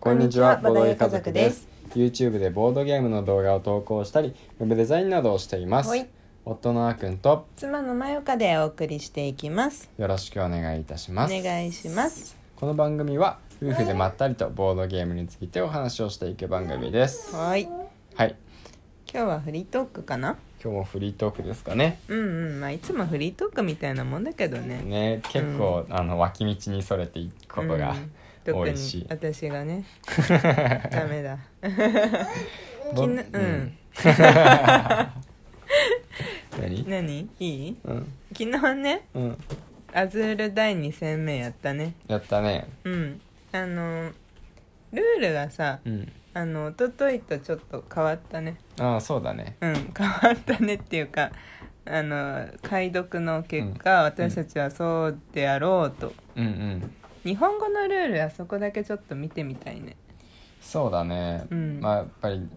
こんにちは、こボードんにちはゲー家族ですボ。 YouTube でボードゲームの動画を投稿したり、ウェブデザインなどをしていますはい。夫のあくんと妻のまよかでお送りしていきますよろしくお願いいたしおます。願いしますこの番組は夫婦でまったりとボードゲームについてお話をしていく番組です。はいはい、今日はフリートークかな今日もフリートークですかね。うんうんまあいつもフリートークみたいなもんだけどねね、結構、あの脇道にそれていくことがうん多特いしに、私 がねダメだぼ昨日うん 何？何いいうん昨日ねうん、アズール第2戦目やったねやったね。うんあのルールがさうん、あの一昨日とちょっと変わったねああそうだね。うん 変わったねっていうかあの解読の結果、私たちはそうであろうとうんうん。日本語のルールあそこだけちょっと見てみたいねそうだね、うんまあやっぱり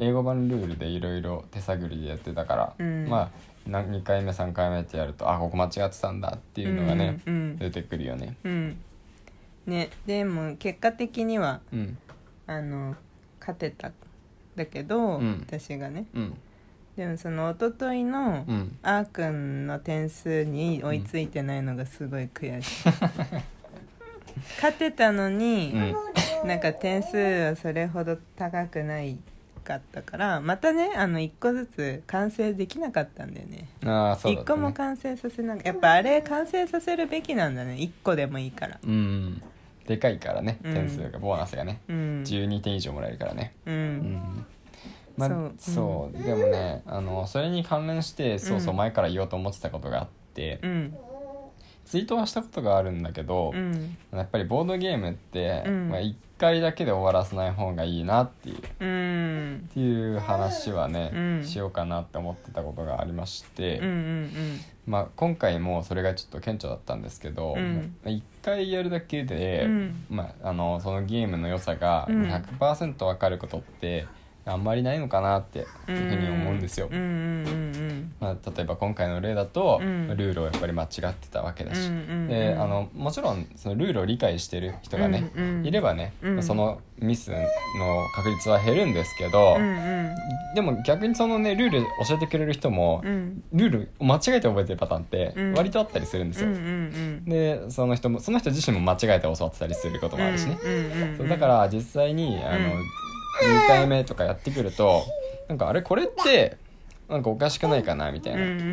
英語版ルールでいろいろ手探りでやってたから、うんまあな2回目3回目ってやるとあここ間違ってたんだっていうのがね、うん出てくるよね。うん、うんねでも結果的にはうんあの勝てたんだけど、うん私がねうんでもその一昨日の、うん、あーくんの点数に追いついてないのがすごい悔しい、 勝てたのに、うん、なんか点数はそれほど高くないかったからまたねあの1個ずつ完成できなかったんだよねああそう一だったね。 1個も完成させなかやっぱあれ完成させるべきなんだね1個でもいいからうんでかいからねうん点数が、ボーナスがねうん12点以上もらえるからね。ううんんまあ、そそううでもねあのそれに関連してそうそううん前から言おうと思ってたことがあって、うんツイートはしたことがあるんだけど、うんやっぱりボードゲームって、うんまあ、1回だけで終わらせない方がいいなっていうっうんていう話はね、うんしようかなって思ってたことがありまして、うんうんまあ、今回もそれがちょっと顕著だったんですけど、うんまあ、1回やるだけで、うんまあ、あのそのゲームの良さがうん100%分かることってあんまりないのかなってうんいうふうに思うんですよ。うんうんうんまあ、例えば今回の例だと、うんルールをやっぱり間違ってたわけだし、うんうんうんであのもちろんそのルールを理解してる人がね、うんうんいればね、うんそのミスの確率は減るんですけど、うんうんでも逆にそのねルール教えてくれる人もう、んルールを間違えて覚えてるパターンってうん割とあったりするんですうよ。んうんでその人もその人自身も間違えて教わってたりすることもあるしね。うんうんうんそうだから実際にあの、うん2回目とかやってくるとなんかあれこれってなんかおかしくないかなみたいうんな。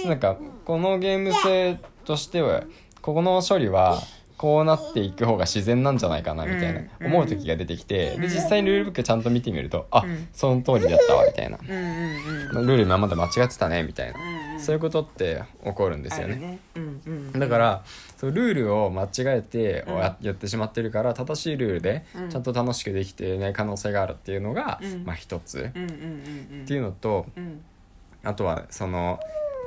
うんなんかこのゲーム性としてはここの処理はこうなっていく方が自然なんじゃないかなみたいなうん思う時が出てきてうんで実際にルールブックちゃんと見てみるとあうんその通りだったわみたいなうんうんうんルール今まで間違ってたねみたいなうんうんそういうことって起こるんですよあるね。うんうんだからそうルールを間違えてうんややってしまってるから正しいルールでうんちゃんと楽しくできていない可能性があるっていうのがうんまあ一つうんうんうんうんっていうのとうんあとはその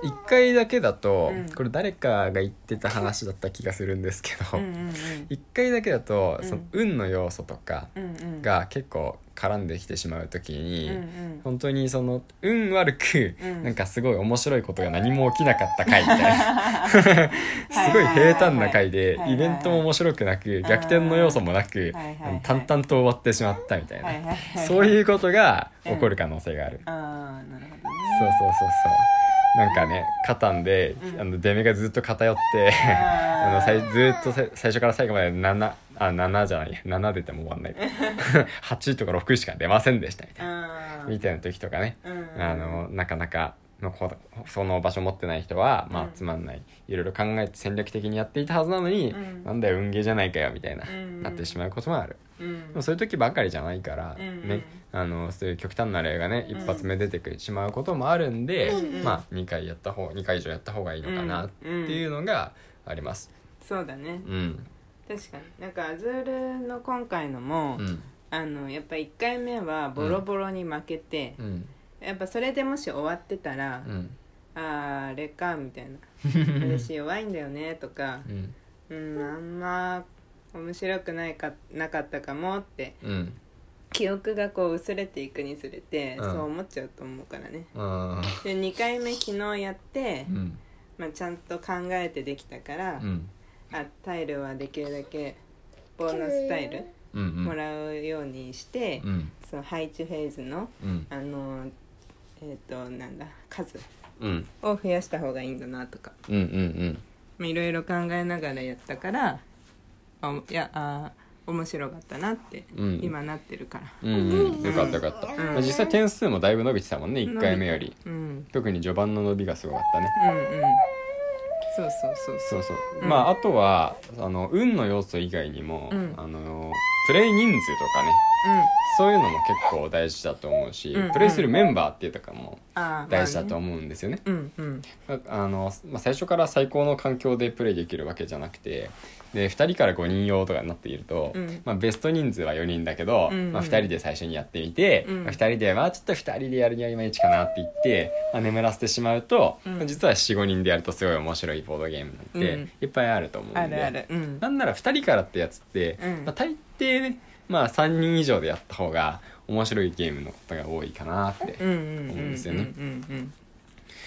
1回だけだと、うんこれ誰かが言ってた話だった気がするんですけうど、んうん1回だけだと、うんその運の要素とかうんうんうんが結構絡んできてしまう時うに、んうん本当にその運悪く、うんなんかすごい面白いことが何も起きなかった回みたい なすごいはいはいはいはい平坦な回ではいはいはいイベントも面白くなく逆転の要素もなく、はいはいはい淡々と終わってしまったみたいな、はいはいはいそういうことが起こる可能性がある。あーなるほどねそうそうそうそうなんかねカタンで、うんあの出目がずっと偏って あのあさいーずーっとさ最初から最後まで7あ7じゃない7出ても終わんない 8とか6しか出ませんでしたみたいなあーみたいな時とかねうんうんあのなかなかのこその場所持ってない人は、まうあん、つまんないいろいろ考えて戦略的にやっていたはずなのに、うんなんだよ運ゲーじゃないかよみたいな、うんなってしまうこともある。うんでもそういう時ばかりじゃないから、うんね、あのそういう極端な例がねうん一発目出てしまうこともあるんで、うんまあ2回やった方二回以上やった方がいいのかなっていうのがあります。そうだねうん、確かになんかアズールの今回のもうん、あのやっぱ1回目はボロボロに負けてうん、やっぱそれでもし終わってたらうん、あーあれかみたい な私弱いんだよねとかうん、うんあんま面白くないかなかったかもってうん、記憶がこう薄れていくにつれて、うんそう思っちゃうと思うからねうん、で2回目昨日やって、うん、まあ、ちゃんと考えてできたから、うん、あタイルはできるだけボーナスタイルうんうんもらうようにして、うんその配置フェーズのうんあのえっ、となんだ数うんを増やした方がいいんだなとかうんうんまあいろいろ考えながらやったからあいやあー面白かったなって、うん今なってるから。うんうんうんよかったよかった、うんまあ実際点数もだいぶ伸びてたもんね伸び1回目よりうん、うん特に序盤の伸びがすごかったねうんそうそうそうそそううそう、うんまああとはあの運の要素以外にも、うんあのプレイ人数とかねうんそういうのも結構大事だと思うし、うんうんプレイするメンバーっていうとかもあー大事だとま思うんですよね。あねうんあのまあ、最初から最高の環境でプレイできるわけじゃなくてで2人から5人用とかになっていると、うんまあ、ベスト人数は4人だけど、うんうんまあ、2人で最初にやってみて、うんまあ、2人ではちょっと2人でやるにはいまいちかなって言って、まあ、眠らせてしまうと、うんまあ実は45人でやるとすごい面白いボードゲームなんて、うんいっぱいあると思ううんんであるあるうんなんなら2人からってやつって、うんまあ、大抵ね、まあ、3人以上でやった方が面白いゲームのことが多いかなってうんうんうん思うんですよねうんうんうん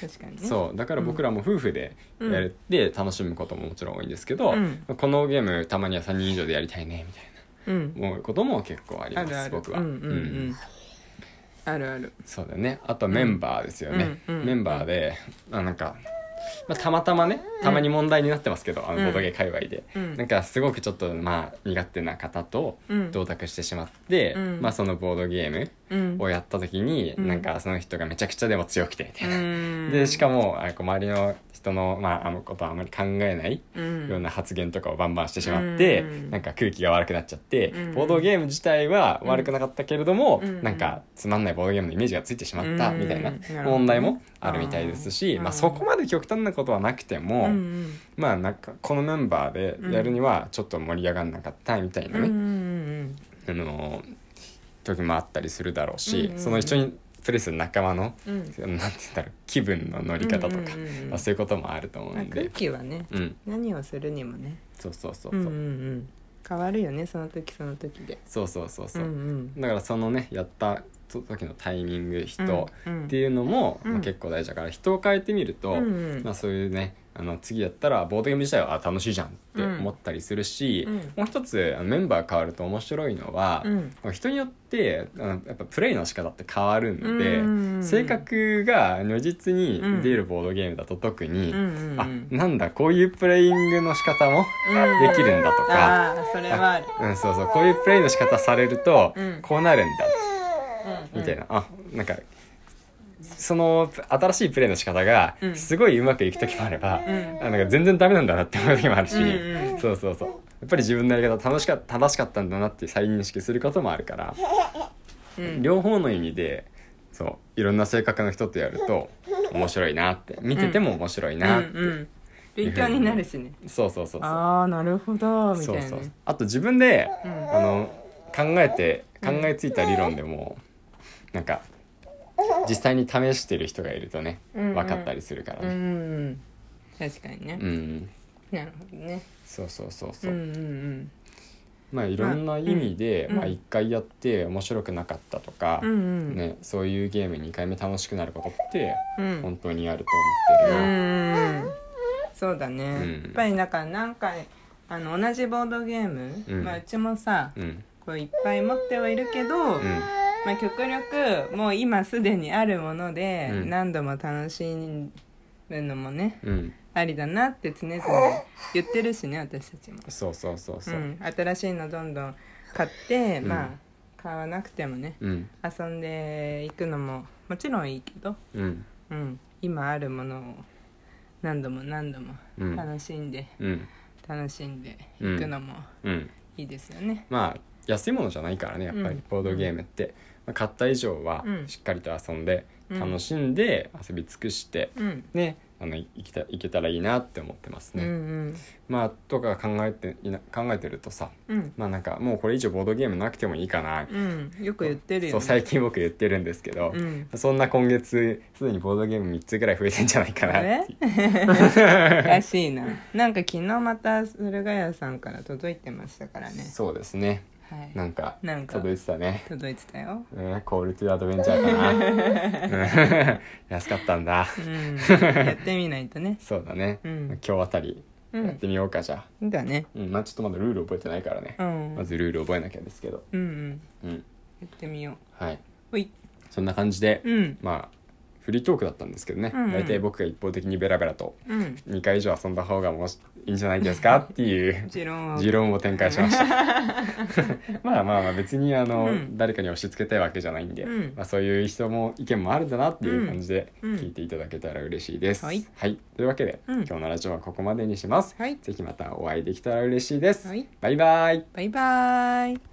確かにねそうだから僕らも夫婦でやるって楽しむことももちろん多いんですけど、うんこのゲームたまには3人以上でやりたいねみたいうんな思うことも結構ありあまするある僕は、うんうんうんあるあるそうだねあとメンバーですよね、うんうんメンバーで、あなんか、まあ、たまたまねたまに問題になってますけど、あうんのボドゲ界隈で、うんなんかすごくちょっとまあ苦手な方とうん同卓してしまって、うんまあ、そのボードゲームうんをやった時に、うんなんかその人がめちゃくちゃでも強くてみたいな、ででしかもあこう周りの人の,、まあ、あのことはあまり考えないうんような発言とかをバンバンしてしまって、うんなんか空気が悪くなっちゃって、うんボードゲーム自体は悪くなかったけれども、うんなんかつまんないボードゲームのイメージがついてしまったみたいなうんなるほどね問題もあるみたいですし、うんまあ、そこまで極端なことはなくても、うんうんまあなんかこのメンバーでやるにはちょっと盛り上がんなかったみたいなうんうね、んあの時もあったりするだろうし、うんその一緒にプレイする仲間のうんうんなんて言うんだろう気分の乗り方とか、うんうんうんまあ、そういうこともあると思うまあん空で、気はねうん、何をするにもねそうそうそううそんうんううん変わるよねその時その時でそうそうそううそんう、うんだからそのねやった時のタイミング人うんっていうのも、うんまあ結構大事だから人を変えてみると、うんうんまあ、そういうねあの次やったらボードゲーム自体はあ楽しいじゃんって思ったりするし、うんもう一つあのメンバー変わると面白いのは、うんこう人によってあのやっぱプレイの仕方って変わるので、うんうんうん性格が如実に出るボードゲームだと特に、うんうんあうんなんだこういうプレイングの仕方もうんできるんだとか、ああそれはあるうん、そうそうこういうプレイの仕方されるとうんこうなるんだうんみたいな、あなんかその新しいプレイの仕方がうんすごいうまくいく時もあれば、うんあなんか全然ダメなんだなって思う時もあるし、うんうんそうそうそうやっぱり自分のやり方楽しか正しかったんだなって再認識することもあるから、うん両方の意味でそういろんな性格の人とやると面白いなって見てても面白いなって、うんうん勉強になるしねそうそうそうそうああなるほどみたそいうなそうねあと自分で、うんあの考えて考えついた理論でも、なんか実際に試してる人がいるとねうんうん分かったりするからうんうねんうん確かにねうん、なるほどねそうそうそううそんう、うんまあいろんな意味で、うんまあ、1回やって面白くなかったとか、うんうんね、そういうゲーム2回目楽しくなることってうんうん本当にあると思ってるな、うんそうだね、うんやっぱりだからなんかあの同じボードゲーム、ううんまあ、うちもさ、うんこういっぱい持ってはいるけど、うんまあ、極力もう今すでにあるものでうん何度も楽しむのもねうんありだなって常々言ってるしね私たちも、そうそうそうそうう、ん、新しいのどんどん買って、うんまあ買わなくてもねうん遊んでいくのももちろんいいけど、うんうん、今あるものを何度も何度もうん楽しんで、うん楽しんでいくのもうんいいですよね。まあ安いものじゃないからねやっぱうんりボードゲームって、まあ買った以上はうんしっかりと遊んで、うん楽しんで遊び尽くして、うん、ねあのいいけたいけたらいいなって思ってますね。うんうんまあとか考えていな考えてるとさうんまあなんかもうこれ以上ボードゲームなくてもいいかな、うん、よく言ってるよ、そうね。最近僕言ってるんですけど、うんそんな今月すでにボードゲーム3つぐらい増えてんじゃないかなっていう らしいな。なんか昨日また駿河屋さんから届いてましたからね。そうですねはい。なんかなんか届いてたね。届いてたよ。うん、コールトゥアドベンチャー かなうん安かったんだ うん、やってみないとね。そうだね、うん今日あたりうんやってみようかじゃあ、だねうんまあ、ちょっとまだルール覚えてないからねう、んまずルール覚えなきゃですけどうんうんうんやってみようはいほいそんな感じで、うんまあフリートークだったんですけどね、うんうん大体僕が一方的にベラベラとうん2回以上遊んだ方がもしいいんじゃないですかっていう持論を持論を展開しました まあまあまあ別にあの、うん誰かに押し付けたいわけじゃないんで、うんまあ、そういう人も意見もあるんだなっていう感じでうんうん聞いていただけたら嬉しいです、はいというわけで、うん今日のラジオはここまでにします、はいぜひまたお会いできたら嬉しいです、はいバイバイバイバイ